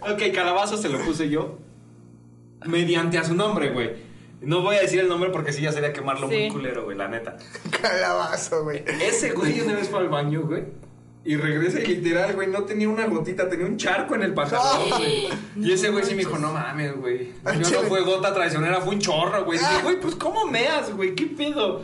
[SPEAKER 2] Ok, calabazo se lo puse yo. Mediante a su nombre, güey. No voy a decir el nombre porque sí ya sería quemarlo muy
[SPEAKER 1] Sí.
[SPEAKER 2] culero, güey, la neta.
[SPEAKER 3] Calabazo, güey.
[SPEAKER 2] Ese güey una vez fue al baño, güey. Y regresa y literal, güey, no tenía una gotita, tenía un charco en el pantalón. güey. y ese güey sí me dijo, no mames, güey.
[SPEAKER 3] Ah,
[SPEAKER 2] No, no fue gota traicionera, fue un chorro, güey. Y dije, güey, pues ¿cómo meas, güey? ¿Qué pedo?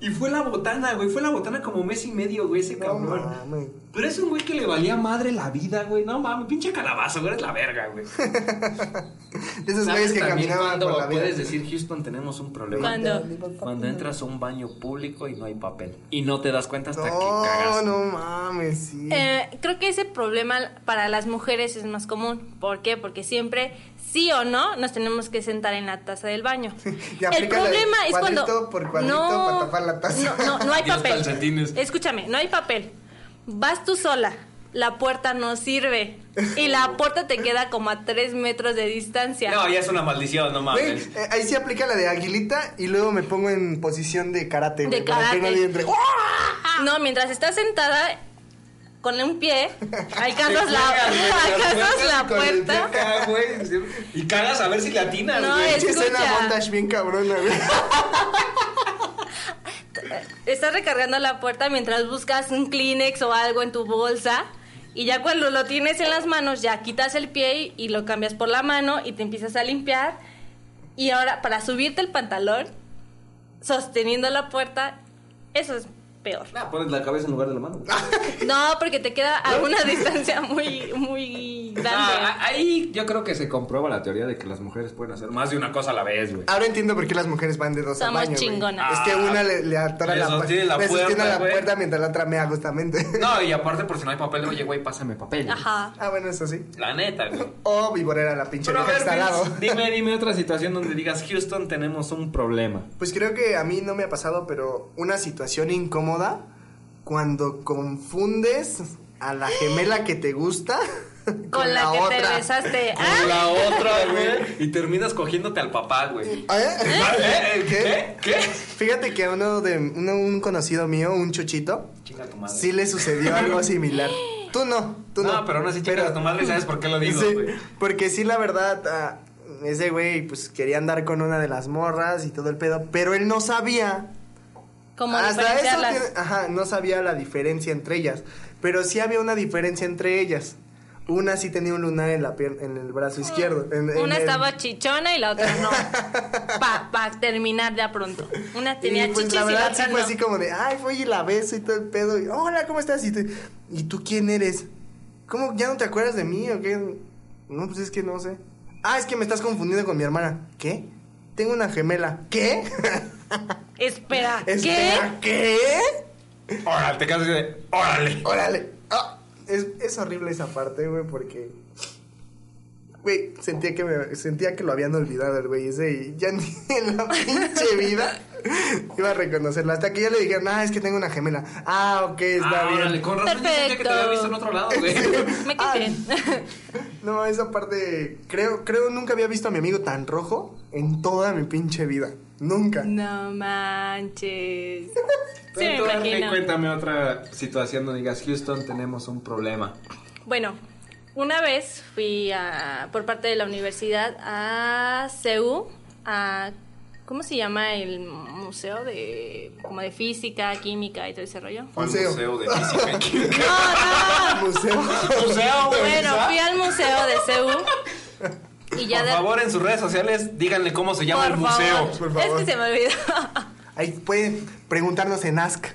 [SPEAKER 2] Y fue la botana, güey. Fue la botana como mes y medio, güey, ese
[SPEAKER 3] No
[SPEAKER 2] cabrón.
[SPEAKER 3] mames.
[SPEAKER 2] Pero es un güey que le valía madre la vida, güey. No mames, pinche calabazo, güey, eres la verga, güey.
[SPEAKER 3] De esos
[SPEAKER 2] ¿Sabes
[SPEAKER 3] güeyes que
[SPEAKER 2] también
[SPEAKER 3] caminaban
[SPEAKER 2] cuándo
[SPEAKER 3] por la vida.
[SPEAKER 2] puedes decir, Houston, tenemos un problema?
[SPEAKER 1] Cuando
[SPEAKER 2] Cuando entras a un baño público y no hay papel. Y no te das cuenta hasta que
[SPEAKER 3] No,
[SPEAKER 2] cagas.
[SPEAKER 3] no mames, sí.
[SPEAKER 1] Eh, creo que ese problema para las mujeres es más común. ¿Por qué? Porque siempre, sí o no, nos tenemos que sentar en la taza del baño.
[SPEAKER 3] Y
[SPEAKER 1] El
[SPEAKER 3] aplica la de
[SPEAKER 1] problema es
[SPEAKER 3] cuadrito
[SPEAKER 1] cuando.
[SPEAKER 3] por cuadrito para tapar la taza.
[SPEAKER 1] No, no, no hay
[SPEAKER 2] Adiós,
[SPEAKER 1] papel.
[SPEAKER 2] calcetines.
[SPEAKER 1] Escúchame, no hay papel. Vas tú sola, la puerta no sirve. Y la puerta te queda como a tres metros de distancia.
[SPEAKER 2] No, ya es una maldición, no
[SPEAKER 3] Güey,
[SPEAKER 2] mames.
[SPEAKER 3] eh, ahí sí aplica la de aguilita y luego me pongo en posición de karate.
[SPEAKER 1] De
[SPEAKER 3] güey, para que
[SPEAKER 1] karate.
[SPEAKER 3] nadie entre. ¡Oh!
[SPEAKER 1] No, mientras estás sentada con un pie, alcanzas la, alcanzas la
[SPEAKER 3] con el
[SPEAKER 1] puerta.
[SPEAKER 2] Caga, güey. Y cagas a ver si le atinas,
[SPEAKER 1] No,
[SPEAKER 2] güey.
[SPEAKER 1] es-
[SPEAKER 3] Pinche escena
[SPEAKER 1] Escucha.
[SPEAKER 3] montage bien cabrona, güey.
[SPEAKER 1] Estás recargando la puerta mientras buscas un Kleenex o algo en tu bolsa. Y ya cuando lo tienes en las manos, ya quitas el pie y, y lo cambias por la mano y te empiezas a limpiar. Y ahora, para subirte el pantalón, sosteniendo la puerta, eso es peor.
[SPEAKER 2] Nah, Ah, pones la cabeza en lugar de la mano. güey.
[SPEAKER 3] Ah,
[SPEAKER 1] No, porque te queda a una distancia muy, muy
[SPEAKER 2] Ah,
[SPEAKER 1] grande.
[SPEAKER 2] a- ahí yo creo que se comprueba la teoría de que las mujeres pueden hacer más de una cosa a la vez, güey.
[SPEAKER 3] Ahora entiendo por qué las mujeres van de dos al
[SPEAKER 1] Somos
[SPEAKER 3] baño, güey.
[SPEAKER 1] chingonas.
[SPEAKER 3] Es que una le, le atora
[SPEAKER 2] Le
[SPEAKER 3] la, puer-
[SPEAKER 2] Ah. sostiene la
[SPEAKER 3] le sostiene
[SPEAKER 2] puerta,
[SPEAKER 3] la
[SPEAKER 2] güey.
[SPEAKER 3] puerta mientras la otra mea justamente.
[SPEAKER 2] No, y aparte por si no hay papel, oye, güey, pásame papel. güey.
[SPEAKER 1] Ajá.
[SPEAKER 3] ah, bueno, eso sí.
[SPEAKER 2] La neta, güey.
[SPEAKER 3] O viborera la pinche
[SPEAKER 2] Pero a
[SPEAKER 3] vieja
[SPEAKER 2] ver,
[SPEAKER 3] está al lado.
[SPEAKER 2] Vince, dime, dime otra situación donde digas, Houston, tenemos un problema.
[SPEAKER 3] Pues creo que a mí no me ha pasado, pero una situación incómoda cuando confundes a la gemela que te gusta con,
[SPEAKER 1] Con la, que
[SPEAKER 3] otra. ¿Eh?
[SPEAKER 1] te besaste.
[SPEAKER 2] Con
[SPEAKER 1] Ah,
[SPEAKER 2] la otra, güey. Y terminas cogiéndote al papá, güey.
[SPEAKER 3] ¿Eh?
[SPEAKER 2] ¿Eh?
[SPEAKER 3] ¿Qué?
[SPEAKER 2] ¿Qué? ¿Qué?
[SPEAKER 3] Fíjate que a uno de uno- un conocido mío, un chuchito,
[SPEAKER 2] Chinga tu madre.
[SPEAKER 3] sí le sucedió algo similar. Tú no, tú no.
[SPEAKER 2] no, pero aún así chingas a tu madre, ¿sabes por qué lo digo,
[SPEAKER 3] Sí,
[SPEAKER 2] güey?
[SPEAKER 3] porque sí, la verdad, ah, ese güey, pues quería andar con una de las morras y todo el pedo, pero él no sabía.
[SPEAKER 1] como
[SPEAKER 3] hasta eso,
[SPEAKER 1] diferenciarlas.
[SPEAKER 3] tiene- ajá, no sabía la diferencia entre ellas, pero sí había una diferencia entre ellas. Una sí tenía un lunar en la pierna, en el brazo izquierdo. en- en
[SPEAKER 1] Ah. Una
[SPEAKER 3] el-
[SPEAKER 1] estaba chichona y la otra no. Para terminar ya pronto. Una tenía
[SPEAKER 3] y pues
[SPEAKER 1] chichis
[SPEAKER 3] la
[SPEAKER 1] y la
[SPEAKER 3] verdad
[SPEAKER 1] otra
[SPEAKER 3] sí fue
[SPEAKER 1] no.
[SPEAKER 3] así como de, ay, fue y la beso y todo el pedo. Y, Hola, ¿cómo estás? Y, te- "¿Y tú quién eres? ¿Cómo? ¿Ya no te acuerdas de mí o qué? No, pues es que no sé. Ah, es que me estás confundiendo con mi hermana. ¿Qué? Tengo una gemela. ¿Qué?
[SPEAKER 1] Espera, ¿qué?
[SPEAKER 3] Espera, ¿Qué?
[SPEAKER 2] Órale, te casas de. Órale.
[SPEAKER 3] Órale. Ah, es, es horrible esa parte, güey, porque... Güey, sentía que, me- sentía que lo habían olvidado el güey ese y ya ni en la pinche vida iba a reconocerlo. Hasta que ya le dijeron, ah, es que tengo una gemela. Ah, ok, está
[SPEAKER 2] Ah,
[SPEAKER 3] bien.
[SPEAKER 2] órale, con razón yo sentía que te había visto en otro lado, güey.
[SPEAKER 1] Me
[SPEAKER 3] Ah.
[SPEAKER 1] quedé.
[SPEAKER 3] No, esa parte, creo, creo nunca había visto a mi amigo tan rojo en toda mi pinche vida. Nunca.
[SPEAKER 1] no manches. Sí, me
[SPEAKER 2] Pero tú, Arley,
[SPEAKER 1] imagino.
[SPEAKER 2] cuéntame otra situación donde digas, Houston, tenemos un problema.
[SPEAKER 1] Bueno, una vez fui a- por parte de la universidad a CEU, a ¿cómo se llama el museo de como de física, química y todo ese rollo?
[SPEAKER 2] Fue al
[SPEAKER 3] Museo.
[SPEAKER 2] museo de física.
[SPEAKER 1] No, no.
[SPEAKER 3] Museo.
[SPEAKER 2] museo, güey.
[SPEAKER 1] Bueno,
[SPEAKER 2] ¿sabes?
[SPEAKER 1] fui al museo de CEU y ya
[SPEAKER 2] Por
[SPEAKER 1] de-
[SPEAKER 2] favor, en sus redes sociales, díganle cómo se llama
[SPEAKER 1] Por
[SPEAKER 2] el museo.
[SPEAKER 1] favor.
[SPEAKER 3] Por favor.
[SPEAKER 1] Es que se me olvidó.
[SPEAKER 3] Ahí pueden preguntarnos en Ask.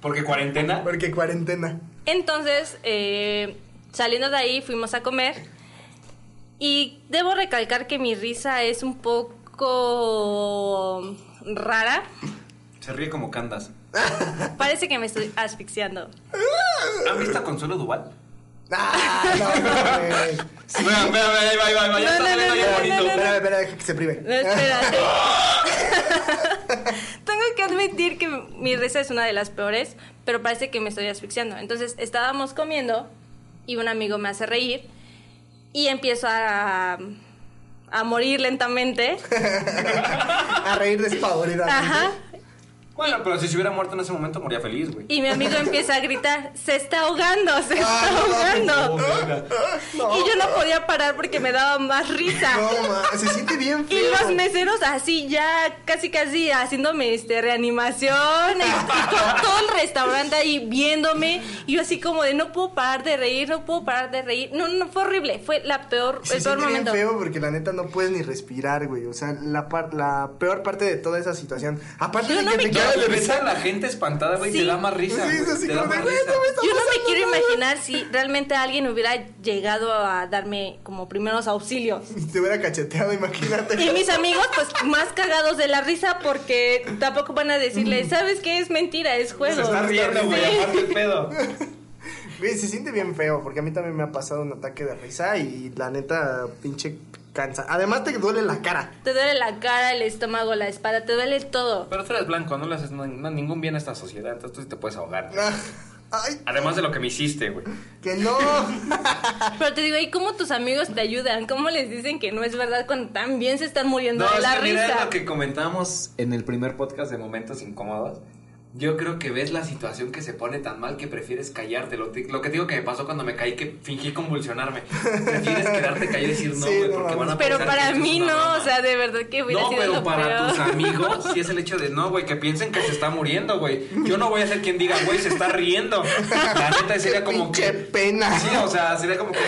[SPEAKER 2] Porque cuarentena.
[SPEAKER 3] Porque cuarentena.
[SPEAKER 1] Entonces, eh, saliendo de ahí, fuimos a comer. Y debo recalcar que mi risa es un poco rara.
[SPEAKER 2] Se ríe como Candas.
[SPEAKER 1] Parece que me estoy asfixiando.
[SPEAKER 2] ¿Han visto a Consuelo Duval?
[SPEAKER 3] Ah, no, no, güey.
[SPEAKER 2] Vean, vean, vean, ahí va, ahí va, ahí va,
[SPEAKER 1] No,
[SPEAKER 2] ya está,
[SPEAKER 1] no,
[SPEAKER 2] vean,
[SPEAKER 1] no,
[SPEAKER 2] ahí va,
[SPEAKER 1] no,
[SPEAKER 2] bonito.
[SPEAKER 1] no,
[SPEAKER 3] Espera, espera, deja que se prive.
[SPEAKER 1] No, espérate. Tengo que admitir que mi risa es una de las peores, pero parece que me estoy asfixiando. Entonces estábamos comiendo y un amigo me hace reír y empiezo a, a morir lentamente.
[SPEAKER 3] A reír despavoridamente.
[SPEAKER 1] Ajá.
[SPEAKER 2] Bueno, pero si se hubiera muerto en ese momento, moría feliz, güey.
[SPEAKER 1] Y mi amigo empieza a gritar, se está ahogando, se está
[SPEAKER 3] Ah, no,
[SPEAKER 2] Oh,
[SPEAKER 1] ahogando.
[SPEAKER 2] verga.
[SPEAKER 1] Y yo no podía parar porque me daba más risa.
[SPEAKER 3] No, ma, se siente bien
[SPEAKER 1] Y
[SPEAKER 3] feo.
[SPEAKER 1] los meseros así ya, casi casi haciéndome este, reanimación, y, y con todo el restaurante ahí viéndome, y yo así como de no puedo parar de reír, no puedo parar de reír. No, no, fue horrible, fue la peor,
[SPEAKER 3] Se
[SPEAKER 1] el peor
[SPEAKER 3] siente bien
[SPEAKER 1] momento.
[SPEAKER 3] feo porque la neta no puedes ni respirar, güey. O sea, la, par- la peor parte de toda esa situación. Aparte
[SPEAKER 1] Yo
[SPEAKER 3] de
[SPEAKER 1] no
[SPEAKER 3] que
[SPEAKER 1] me
[SPEAKER 3] te
[SPEAKER 2] Ya
[SPEAKER 3] cagas de
[SPEAKER 2] le
[SPEAKER 3] risa.
[SPEAKER 2] ves a la gente espantada, güey,
[SPEAKER 1] Sí.
[SPEAKER 2] te da más risa.
[SPEAKER 3] Sí, es
[SPEAKER 2] güey,
[SPEAKER 3] así
[SPEAKER 2] te da
[SPEAKER 3] como de,
[SPEAKER 2] más
[SPEAKER 3] güey,
[SPEAKER 2] risa.
[SPEAKER 3] no me está
[SPEAKER 1] Yo no me quiero imaginar si realmente alguien hubiera llegado a darme como primeros auxilios.
[SPEAKER 3] Te hubiera cacheteado, imagínate.
[SPEAKER 1] Y mis amigos, pues más cagados de la risa porque tampoco van a decirle, ¿sabes qué? Es mentira, es juego.
[SPEAKER 2] Mm. Se está riendo, güey,
[SPEAKER 1] Sí.
[SPEAKER 2] aparte el pedo.
[SPEAKER 3] Güey, se siente bien feo porque a mí también me ha pasado un ataque de risa y la neta, pinche cansa. Además, te duele la cara.
[SPEAKER 1] Te duele la cara, el estómago, la espalda, te duele todo.
[SPEAKER 2] Pero tú eres blanco, no le haces na- na- ningún bien a esta sociedad, entonces tú sí te puedes ahogar.
[SPEAKER 3] Ah, Ay,
[SPEAKER 2] Además de lo que me hiciste, güey.
[SPEAKER 3] que no.
[SPEAKER 1] Pero te digo, ¿y cómo tus amigos te ayudan? ¿Cómo les dicen que no es verdad cuando también se están muriendo de
[SPEAKER 2] es
[SPEAKER 1] la
[SPEAKER 2] que mira, es
[SPEAKER 1] risa?
[SPEAKER 2] lo que comentábamos en el primer podcast de Momentos Incómodos. Yo creo que ves la situación que se pone tan mal que prefieres callarte. Lo, te- lo que te digo que me pasó cuando me caí, que fingí convulsionarme. Prefieres quedarte callado y decir no,
[SPEAKER 3] Sí,
[SPEAKER 2] güey,
[SPEAKER 3] no
[SPEAKER 2] porque van
[SPEAKER 3] mames.
[SPEAKER 2] a
[SPEAKER 1] Pero
[SPEAKER 2] pensar
[SPEAKER 1] para
[SPEAKER 2] que esto es
[SPEAKER 1] mí
[SPEAKER 2] una broma.
[SPEAKER 1] no, o sea, de verdad que hubiera
[SPEAKER 2] No,
[SPEAKER 1] sido
[SPEAKER 2] pero
[SPEAKER 1] lo
[SPEAKER 2] para
[SPEAKER 1] peor.
[SPEAKER 2] tus amigos sí es el hecho de no, güey, que piensen que se está muriendo, güey. Yo no voy a ser quien diga, güey, se está riendo. La neta sería como que.
[SPEAKER 3] pinche pena.
[SPEAKER 2] Sí, o sea, sería como que.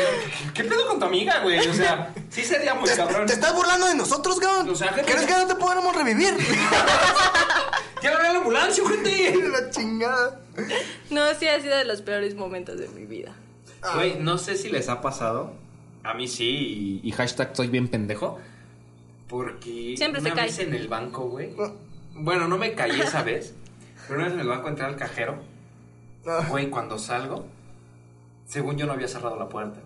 [SPEAKER 2] ¿Qué pedo con tu amiga, güey? O sea, sí sería muy cabrón.
[SPEAKER 3] ¿Te estás burlando de nosotros, cabrón?
[SPEAKER 2] O sea, ¿qué
[SPEAKER 3] ¿Crees
[SPEAKER 2] te-
[SPEAKER 3] que no te podremos revivir?
[SPEAKER 2] ¡Llámame a la ambulancia, gente!
[SPEAKER 3] la chingada.
[SPEAKER 1] No, sí ha sido de los peores momentos de mi vida.
[SPEAKER 3] Ah.
[SPEAKER 2] Güey, no sé si les ha pasado. A mí sí, y, y hashtag soy bien pendejo. Porque
[SPEAKER 1] Siempre
[SPEAKER 2] una
[SPEAKER 1] se cae.
[SPEAKER 2] vez en el banco, güey.
[SPEAKER 3] Ah.
[SPEAKER 2] Bueno, no me caí esa vez. Pero una vez en el banco entré al cajero.
[SPEAKER 3] Ah,
[SPEAKER 2] Güey, cuando salgo, según yo no había cerrado la puerta.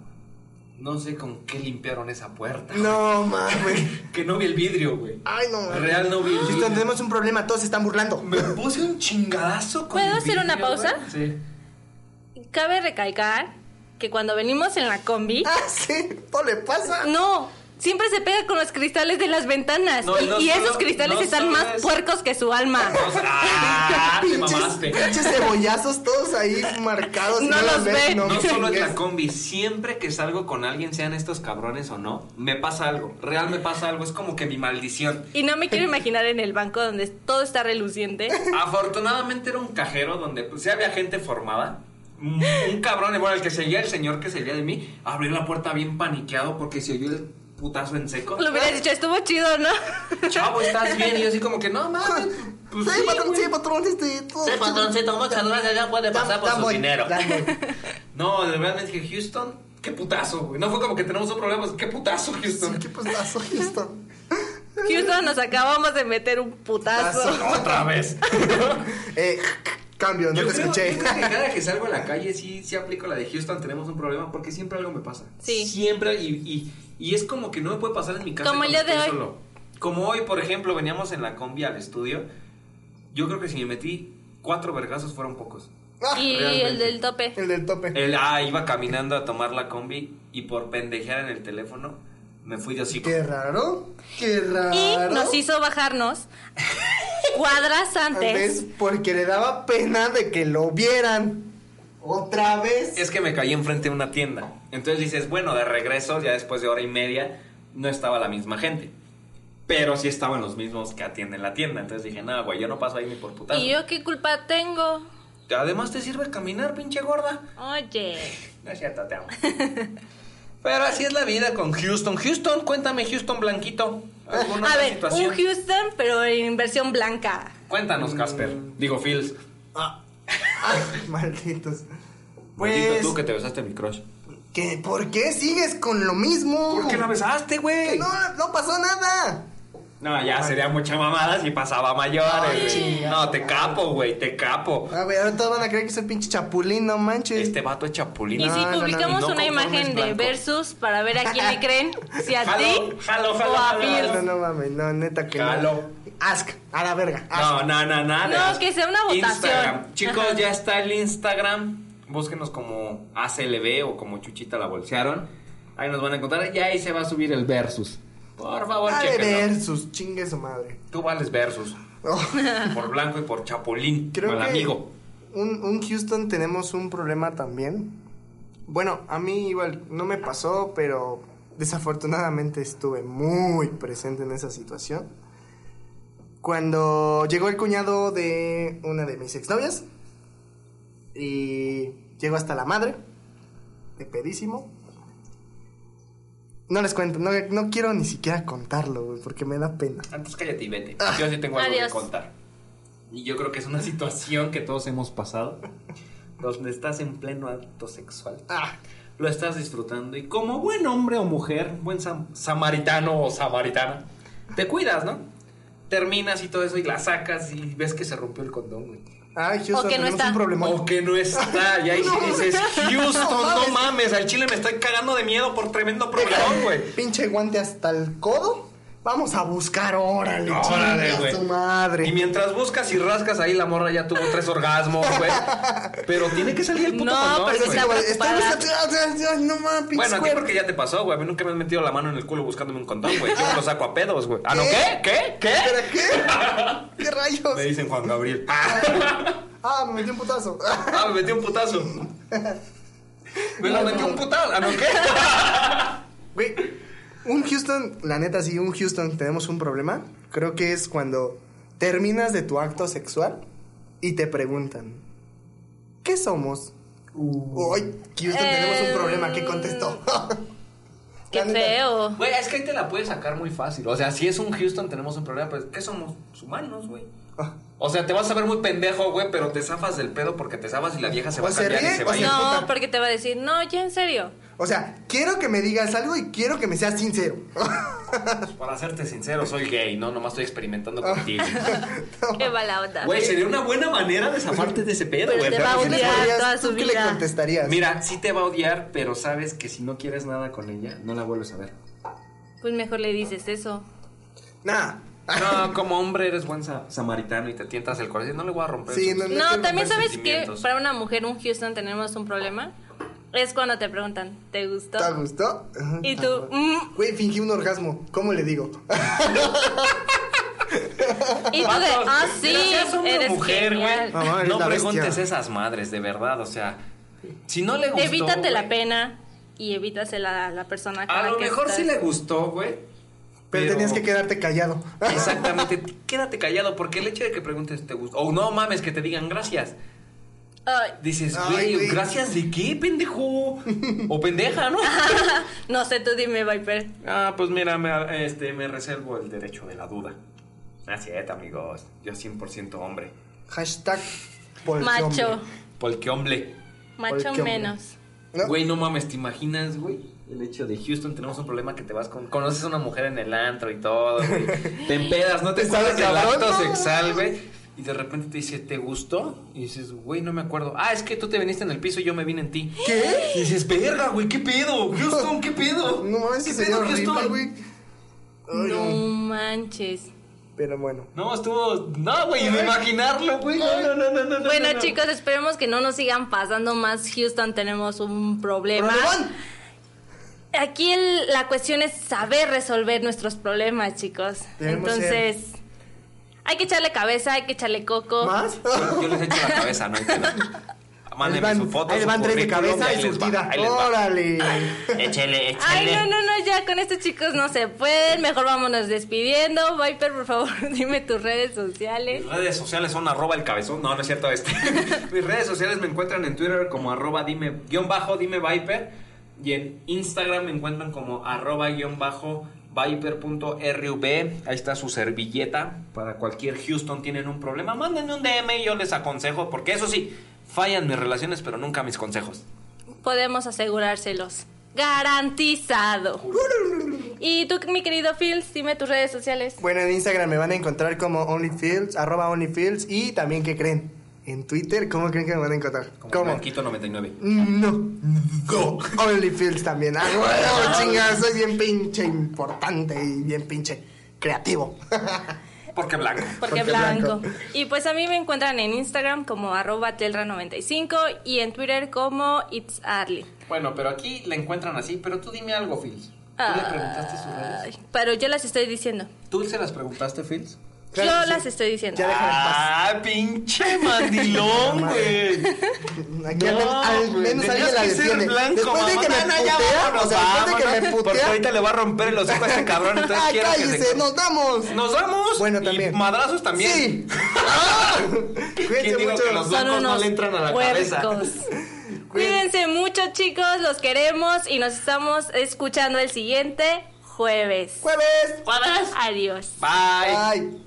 [SPEAKER 2] No sé con qué limpiaron esa puerta.
[SPEAKER 3] No mames.
[SPEAKER 2] Que no vi el vidrio, güey.
[SPEAKER 3] Ay, no mames.
[SPEAKER 2] Real no vi el
[SPEAKER 3] Houston,
[SPEAKER 2] vidrio.
[SPEAKER 3] tenemos un problema, todos se están burlando.
[SPEAKER 2] Me puse un chingadazo con
[SPEAKER 1] ¿Puedo
[SPEAKER 2] el
[SPEAKER 1] hacer una
[SPEAKER 2] vidrio,
[SPEAKER 1] pausa?
[SPEAKER 2] güey. Sí.
[SPEAKER 1] Cabe recalcar que cuando venimos en la combi,
[SPEAKER 3] Ah, sí, todo le
[SPEAKER 2] Ah,
[SPEAKER 3] pasa.
[SPEAKER 1] no, siempre se pega con los cristales de las ventanas.
[SPEAKER 2] No,
[SPEAKER 1] y,
[SPEAKER 2] no
[SPEAKER 1] y
[SPEAKER 2] solo-
[SPEAKER 1] esos cristales
[SPEAKER 2] no
[SPEAKER 1] están
[SPEAKER 2] solo
[SPEAKER 1] más
[SPEAKER 2] es-
[SPEAKER 1] puercos que su alma.
[SPEAKER 2] O sea, ¡ah! te
[SPEAKER 3] pinches,
[SPEAKER 2] mamaste.
[SPEAKER 3] pinches cebollazos todos ahí marcados. y
[SPEAKER 1] No
[SPEAKER 3] las
[SPEAKER 1] los
[SPEAKER 3] ves,
[SPEAKER 1] ven.
[SPEAKER 2] No solo en
[SPEAKER 3] chingues.
[SPEAKER 2] la combi, siempre que salgo con alguien, sean estos cabrones o no, me pasa algo. Real me pasa algo, es como que mi maldición.
[SPEAKER 1] Y no me quiero imaginar en el banco donde todo está reluciente.
[SPEAKER 2] Afortunadamente era un cajero donde pues, sí había gente formada. Un un cabrón, bueno, el que seguía, el señor que seguía de mí, abrió la puerta bien paniqueado porque se oyó el putazo en seco.
[SPEAKER 1] Lo hubieras dicho, estuvo chido, ¿no?
[SPEAKER 2] Chavo, ¿estás bien? Y yo así como que, no mames. Pues,
[SPEAKER 3] Sí,
[SPEAKER 2] sí,
[SPEAKER 3] patrón,
[SPEAKER 2] güey".
[SPEAKER 3] sí, patrón, este, todo.
[SPEAKER 2] muchas gracias, ya puede
[SPEAKER 3] Dan- dan voy, dan voy.
[SPEAKER 2] No, de verdad dije, Houston, qué putazo, güey. No fue como que tenemos un problema, es, qué putazo, Houston.
[SPEAKER 3] Sí, qué pasazo, Houston.
[SPEAKER 1] Houston, nos acabamos de meter un putazo.
[SPEAKER 2] Otra vez.
[SPEAKER 3] Eh, cambio, no
[SPEAKER 2] yo
[SPEAKER 3] te
[SPEAKER 2] creo,
[SPEAKER 3] escuché.
[SPEAKER 2] yo creo que cada que salgo a la calle sí, sí aplico la de Houston, tenemos un problema, porque siempre algo me pasa.
[SPEAKER 1] Sí.
[SPEAKER 2] Siempre, y, y, y es como que no me puede pasar en mi casa.
[SPEAKER 1] Como el
[SPEAKER 2] cuando
[SPEAKER 1] día de
[SPEAKER 2] estoy
[SPEAKER 1] hoy.
[SPEAKER 2] solo. Como hoy, por ejemplo, veníamos en la combi al estudio. Yo creo que si me metí cuatro vergazos fueron pocos.
[SPEAKER 3] Ah,
[SPEAKER 1] Y
[SPEAKER 2] Realmente.
[SPEAKER 1] el del tope.
[SPEAKER 3] El del tope.
[SPEAKER 2] El, ah, iba caminando a tomar la combi y por pendejear en el teléfono me fui de hocico.
[SPEAKER 3] Qué raro, qué raro.
[SPEAKER 1] Y nos hizo bajarnos cuadras
[SPEAKER 3] Tal
[SPEAKER 1] antes.
[SPEAKER 3] vez porque le daba pena de que lo vieran. Otra vez.
[SPEAKER 2] Es que me caí enfrente de una tienda. Entonces dices, bueno, de regreso, ya después de hora y media, no estaba la misma gente. Pero sí estaban los mismos que atienden la tienda. Entonces dije, no, güey, yo no paso ahí ni por putazo.
[SPEAKER 1] ¿Y yo qué culpa tengo?
[SPEAKER 2] Además te sirve caminar, pinche gorda.
[SPEAKER 1] Oye.
[SPEAKER 2] No es cierto, te amo. Pero así es la vida con Houston. Houston, cuéntame, Houston Blanquito. ¿Alguna
[SPEAKER 1] A
[SPEAKER 2] otra
[SPEAKER 1] ver,
[SPEAKER 2] situación?
[SPEAKER 1] un Houston, pero en versión blanca.
[SPEAKER 2] Cuéntanos, Casper. Digo, Phils.
[SPEAKER 3] Ah, malditos. Pues-
[SPEAKER 2] Maldito tú que te besaste a mi crush.
[SPEAKER 3] ¿Qué? ¿Por qué sigues con lo mismo?
[SPEAKER 2] ¿Por qué la besaste,
[SPEAKER 3] Que
[SPEAKER 2] güey?
[SPEAKER 3] No, no pasó nada.
[SPEAKER 2] No, ya sería mucha mamada si pasaba a mayores.
[SPEAKER 3] Ay,
[SPEAKER 2] güey.
[SPEAKER 3] chinga.
[SPEAKER 2] no, te capo, güey, te capo.
[SPEAKER 3] A ver, ahorita van a creer que soy pinche chapulín, no manches.
[SPEAKER 2] Este vato es chapulín.
[SPEAKER 1] Y
[SPEAKER 3] No,
[SPEAKER 1] si
[SPEAKER 3] no, no,
[SPEAKER 1] publicamos
[SPEAKER 2] no
[SPEAKER 1] una
[SPEAKER 2] conformes
[SPEAKER 1] imagen de
[SPEAKER 2] blanco.
[SPEAKER 1] Versus para ver a quién le creen, si a
[SPEAKER 2] Jalo,
[SPEAKER 1] ti
[SPEAKER 2] jalo, jalo,
[SPEAKER 1] o a
[SPEAKER 2] jalo,
[SPEAKER 1] Bill.
[SPEAKER 2] jalo.
[SPEAKER 3] Ah, No, no mames, no, neta que
[SPEAKER 2] Calo.
[SPEAKER 3] no. Ask, a la verga.
[SPEAKER 2] No,
[SPEAKER 3] ask.
[SPEAKER 2] no, no, no.
[SPEAKER 1] No, que sea una votación.
[SPEAKER 2] Instagram. Chicos,
[SPEAKER 1] Ajá.
[SPEAKER 2] ya está el Instagram. Búsquenos como ACLB o como Chuchita la bolsearon. Ahí nos van a encontrar y ahí se va a subir el versus. Por favor,
[SPEAKER 3] A de
[SPEAKER 2] chequenlo.
[SPEAKER 3] ver sus chingue su madre.
[SPEAKER 2] Tú vales versus.
[SPEAKER 3] Oh,
[SPEAKER 2] Por blanco y por chapulín.
[SPEAKER 3] creo
[SPEAKER 2] con
[SPEAKER 3] que
[SPEAKER 2] amigo.
[SPEAKER 3] Un, un Houston tenemos un problema también. Bueno, a mí igual no me pasó, pero desafortunadamente estuve muy presente en esa situación. Cuando llegó el cuñado de una de mis exnovias y llegó hasta la madre, de pedísimo. No les cuento, no, no quiero ni siquiera contarlo, güey, porque me da pena.
[SPEAKER 2] Antes cállate y vete.
[SPEAKER 3] Ah.
[SPEAKER 2] Yo sí tengo algo
[SPEAKER 1] Adiós.
[SPEAKER 2] que contar. Y yo creo que es una situación que todos hemos pasado. Donde estás en pleno acto sexual.
[SPEAKER 3] Ah,
[SPEAKER 2] lo estás disfrutando y como buen hombre o mujer, buen sam- samaritano o samaritana, te cuidas, ¿no? Terminas y todo eso y la sacas y ves que se rompió el condón, güey.
[SPEAKER 3] ay, Houston,
[SPEAKER 1] O que no
[SPEAKER 3] tenemos
[SPEAKER 1] está.
[SPEAKER 3] un problema.
[SPEAKER 2] O que no está, y ahí sí
[SPEAKER 3] No.
[SPEAKER 2] dices,
[SPEAKER 3] No
[SPEAKER 2] Houston, no
[SPEAKER 3] mames.
[SPEAKER 2] mames, al chile me estoy cagando de miedo por tremendo problemón, güey.
[SPEAKER 3] pinche guante hasta el codo. Vamos a buscar, órale,
[SPEAKER 2] Órale,
[SPEAKER 3] chinga
[SPEAKER 2] güey.
[SPEAKER 3] su madre.
[SPEAKER 2] Y mientras buscas y rascas ahí, la morra ya tuvo tres orgasmos, güey. Pero tiene que salir el puto
[SPEAKER 1] No,
[SPEAKER 2] condón,
[SPEAKER 1] pero
[SPEAKER 2] güey.
[SPEAKER 1] está-
[SPEAKER 3] Güey, está-
[SPEAKER 1] preocupada.
[SPEAKER 3] está- está- no mames, pinche
[SPEAKER 2] Bueno, a ti
[SPEAKER 3] cuerpo.
[SPEAKER 2] porque ya te pasó, güey. A mí nunca me han metido la mano en el culo buscándome un condón, güey. Yo me lo saco a pedos, güey. Ah, no,
[SPEAKER 3] ¿Qué?
[SPEAKER 2] ¿qué? ¿Qué? ¿Qué?
[SPEAKER 3] ¿Pero qué? ¿Qué rayos?
[SPEAKER 2] Me dicen Juan Gabriel. Ah,
[SPEAKER 3] Ah, me metí un putazo.
[SPEAKER 2] ah, me metí un putazo. Me lo metí un putazo. ¿Ah, no qué?
[SPEAKER 3] Güey, un Houston, la neta, sí, un Houston tenemos un problema. Creo que es cuando terminas de tu acto sexual y te preguntan, ¿qué somos? Ay, Houston, tenemos
[SPEAKER 1] Eh,
[SPEAKER 3] un problema. ¿Qué contestó?
[SPEAKER 1] Qué
[SPEAKER 3] La neta.
[SPEAKER 1] feo.
[SPEAKER 2] Güey, es que ahí te la puedes sacar muy fácil. O sea, si es un Houston, tenemos un problema. Pues, ¿qué somos? Humanos, güey.
[SPEAKER 3] Ah.
[SPEAKER 2] O sea, te vas a ver muy pendejo, güey, pero te zafas del pedo porque te zafas y la vieja se va
[SPEAKER 3] O
[SPEAKER 2] a
[SPEAKER 3] se
[SPEAKER 2] cambiar y
[SPEAKER 3] ríe,
[SPEAKER 2] se
[SPEAKER 3] o
[SPEAKER 2] va a
[SPEAKER 3] se-
[SPEAKER 2] ir.
[SPEAKER 1] No,
[SPEAKER 3] puta.
[SPEAKER 1] porque te va a decir, no, ya en serio.
[SPEAKER 3] O sea, quiero que me digas algo y quiero que me seas sincero.
[SPEAKER 2] Para serte sincero, soy gay, no, nomás estoy experimentando
[SPEAKER 3] Ah.
[SPEAKER 2] contigo.
[SPEAKER 1] Qué mala onda.
[SPEAKER 2] Güey, sería una buena manera de zafarte de ese pedo,
[SPEAKER 1] Pero
[SPEAKER 2] güey.
[SPEAKER 1] te
[SPEAKER 2] pero
[SPEAKER 1] va a
[SPEAKER 2] sí
[SPEAKER 3] ¿Qué
[SPEAKER 2] les
[SPEAKER 3] le
[SPEAKER 1] odiar.
[SPEAKER 3] podrías-
[SPEAKER 1] toda su
[SPEAKER 3] ¿Tú qué
[SPEAKER 1] vida.
[SPEAKER 3] le contestarías?
[SPEAKER 2] Mira, sí te va a odiar, pero sabes que si no quieres nada con ella, no la vuelves a ver.
[SPEAKER 1] Pues mejor le dices eso.
[SPEAKER 3] Nah.
[SPEAKER 2] No, como hombre eres buen sa- samaritano y te tientas el corazón. No le voy a romper.
[SPEAKER 3] Sí,
[SPEAKER 2] sus-
[SPEAKER 3] no,
[SPEAKER 1] No,
[SPEAKER 3] tengo
[SPEAKER 1] también
[SPEAKER 2] buen
[SPEAKER 1] sabes que
[SPEAKER 2] sentimientos.
[SPEAKER 1] para una mujer, un Houston, tenemos un problema. Es cuando te preguntan, ¿te gustó?
[SPEAKER 3] ¿Te gustó? Ajá. Ah,
[SPEAKER 1] Y tú, mm,
[SPEAKER 3] Güey, fingí un orgasmo. ¿Cómo le digo?
[SPEAKER 1] y tú de,
[SPEAKER 2] Vatos,
[SPEAKER 1] ah, sí,
[SPEAKER 2] gracias, hombre,
[SPEAKER 1] eres
[SPEAKER 2] mujer,
[SPEAKER 1] genial".
[SPEAKER 2] güey.
[SPEAKER 3] No mames,
[SPEAKER 2] No
[SPEAKER 3] la bestia.
[SPEAKER 2] preguntes esas madres, de verdad. O sea, si no le gustó.
[SPEAKER 1] Evítate la
[SPEAKER 2] güey,
[SPEAKER 1] pena y evítasela a la persona con
[SPEAKER 2] A
[SPEAKER 1] la
[SPEAKER 2] lo
[SPEAKER 1] que
[SPEAKER 2] mejor
[SPEAKER 1] estás.
[SPEAKER 2] sí le gustó, güey.
[SPEAKER 3] Pero tenías que quedarte callado.
[SPEAKER 2] Exactamente, quédate callado porque el hecho de que preguntes te gustó. O no mames, que te digan gracias.
[SPEAKER 1] Ay,
[SPEAKER 2] Dices,
[SPEAKER 3] Ay,
[SPEAKER 2] güey,
[SPEAKER 3] güey.
[SPEAKER 2] gracias de qué, pendejo. O pendeja, Ah, ¿no?
[SPEAKER 1] no sé, tú dime, Viper.
[SPEAKER 2] Ah, pues mira, me, este, me reservo el derecho de la duda. Así es, amigos. Yo 100% hombre.
[SPEAKER 3] Hashtag porque
[SPEAKER 1] Macho,
[SPEAKER 3] hombre.
[SPEAKER 2] Porque hombre.
[SPEAKER 1] macho
[SPEAKER 3] Porque hombre.
[SPEAKER 1] menos.
[SPEAKER 3] No.
[SPEAKER 2] Güey, no mames, ¿te imaginas, güey? El hecho de Houston, tenemos un problema que te vas con... Conoces a una mujer en el antro y todo, güey. Te empedas, no te
[SPEAKER 3] Está de
[SPEAKER 2] acuerdas del
[SPEAKER 3] cabrón,
[SPEAKER 2] acto
[SPEAKER 3] ¿no?
[SPEAKER 2] sexual, güey. Y de repente te dice, ¿te gustó? Y dices, güey, no me acuerdo. Ah, es que tú te viniste en el piso y yo me vine en ti.
[SPEAKER 3] ¿Qué?
[SPEAKER 2] Y dices, verga, güey, ¿qué pedo? Houston, ¿qué pedo?
[SPEAKER 3] No mames,
[SPEAKER 2] ¿Qué
[SPEAKER 3] ese sería
[SPEAKER 2] pedo,
[SPEAKER 3] horrible,
[SPEAKER 2] Houston?
[SPEAKER 3] güey. Ay,
[SPEAKER 1] No
[SPEAKER 3] no.
[SPEAKER 1] manches.
[SPEAKER 3] Pero bueno.
[SPEAKER 2] No, estuvo... No, güey, de imaginarlo, güey. No, no, no, no, no, no.
[SPEAKER 1] Bueno,
[SPEAKER 2] no.
[SPEAKER 1] chicos, esperemos que no nos sigan pasando más. Houston, tenemos un problema.
[SPEAKER 3] Problemón.
[SPEAKER 1] Aquí el- la cuestión es saber resolver nuestros problemas, chicos.
[SPEAKER 3] Debemos
[SPEAKER 1] Entonces, hay que echarle cabeza, hay que echarle coco.
[SPEAKER 3] ¿Más?
[SPEAKER 2] Yo, yo les echo la cabeza, no hay pedo.
[SPEAKER 3] Ahí
[SPEAKER 2] Mándenme
[SPEAKER 3] van-
[SPEAKER 2] su foto,
[SPEAKER 3] ahí
[SPEAKER 2] su
[SPEAKER 3] van tres de
[SPEAKER 2] currículum,
[SPEAKER 3] cabeza
[SPEAKER 2] ahí
[SPEAKER 3] y
[SPEAKER 2] les va,
[SPEAKER 3] surtida.
[SPEAKER 2] ahí les va.
[SPEAKER 3] Órale.
[SPEAKER 2] Échele, échele.
[SPEAKER 1] Ay, no, no, no, ya con estos chicos no se pueden. Mejor vámonos despidiendo. Viper, por favor, dime tus redes sociales.
[SPEAKER 2] Mis redes sociales son arroba el cabezón. No, no es cierto este. Mis redes sociales me encuentran en Twitter como arroba dime, guión bajo, dime Viper. Y en Instagram me encuentran como arroba guión bajo viper.ruv. Ahí está su servilleta. Para cualquier Houston tienen un problema, mándenme un DM y yo les aconsejo. Porque eso sí, Fallan mis relaciones, pero nunca mis consejos.
[SPEAKER 1] Podemos asegurárselos. Garantizado. Y tú, mi querido Phil, dime tus redes sociales.
[SPEAKER 3] Bueno, en Instagram me van a encontrar como OnlyFields, arroba OnlyFields. Y también, ¿qué creen? En Twitter, ¿cómo creen que me van a encontrar? ¿Cómo?
[SPEAKER 2] Blanquito 99.
[SPEAKER 3] No. No. OnlyFields también. Ah, huevo, chinga, soy bien pinche importante y bien pinche creativo.
[SPEAKER 2] Porque blanco.
[SPEAKER 1] Porque,
[SPEAKER 3] Porque
[SPEAKER 1] blanco.
[SPEAKER 3] blanco.
[SPEAKER 1] Y pues a mí me encuentran en Instagram como arroba telra95 y en Twitter como it's Arly.
[SPEAKER 2] Bueno, pero aquí la encuentran así, pero tú dime algo, Fils. ¿Tú le preguntaste sus redes?
[SPEAKER 1] Ay, Pero yo las estoy diciendo.
[SPEAKER 2] ¿Tú se las preguntaste, Fils?
[SPEAKER 3] Claro
[SPEAKER 1] yo
[SPEAKER 3] que sí.
[SPEAKER 1] las estoy diciendo.
[SPEAKER 3] Ya déjame en
[SPEAKER 2] Ah.
[SPEAKER 3] paz.
[SPEAKER 2] pinche mandilón, güey!
[SPEAKER 3] Aquí al, men- al menos alguien la defiende. después de que me putea, o sea, después de que me
[SPEAKER 2] Porque
[SPEAKER 3] putea.
[SPEAKER 2] ahorita le va a romper el hocico a este cabrón, entonces
[SPEAKER 3] ¡Ah,
[SPEAKER 2] quiero que
[SPEAKER 3] cállese!
[SPEAKER 2] se...
[SPEAKER 3] ¡Nos damos!
[SPEAKER 2] ¡Nos damos!
[SPEAKER 3] Bueno,
[SPEAKER 2] y
[SPEAKER 3] también.
[SPEAKER 2] madrazos también.
[SPEAKER 3] Sí.
[SPEAKER 2] ¿Quién
[SPEAKER 3] Cuídense
[SPEAKER 2] dijo
[SPEAKER 3] mucho.
[SPEAKER 2] que los blancos no le entran a la cabeza?
[SPEAKER 1] Cuídense mucho, chicos. Los queremos y nos estamos escuchando el siguiente jueves.
[SPEAKER 3] Jueves.
[SPEAKER 2] ¡Jueves!
[SPEAKER 1] Adiós.
[SPEAKER 2] Bye.
[SPEAKER 3] Bye.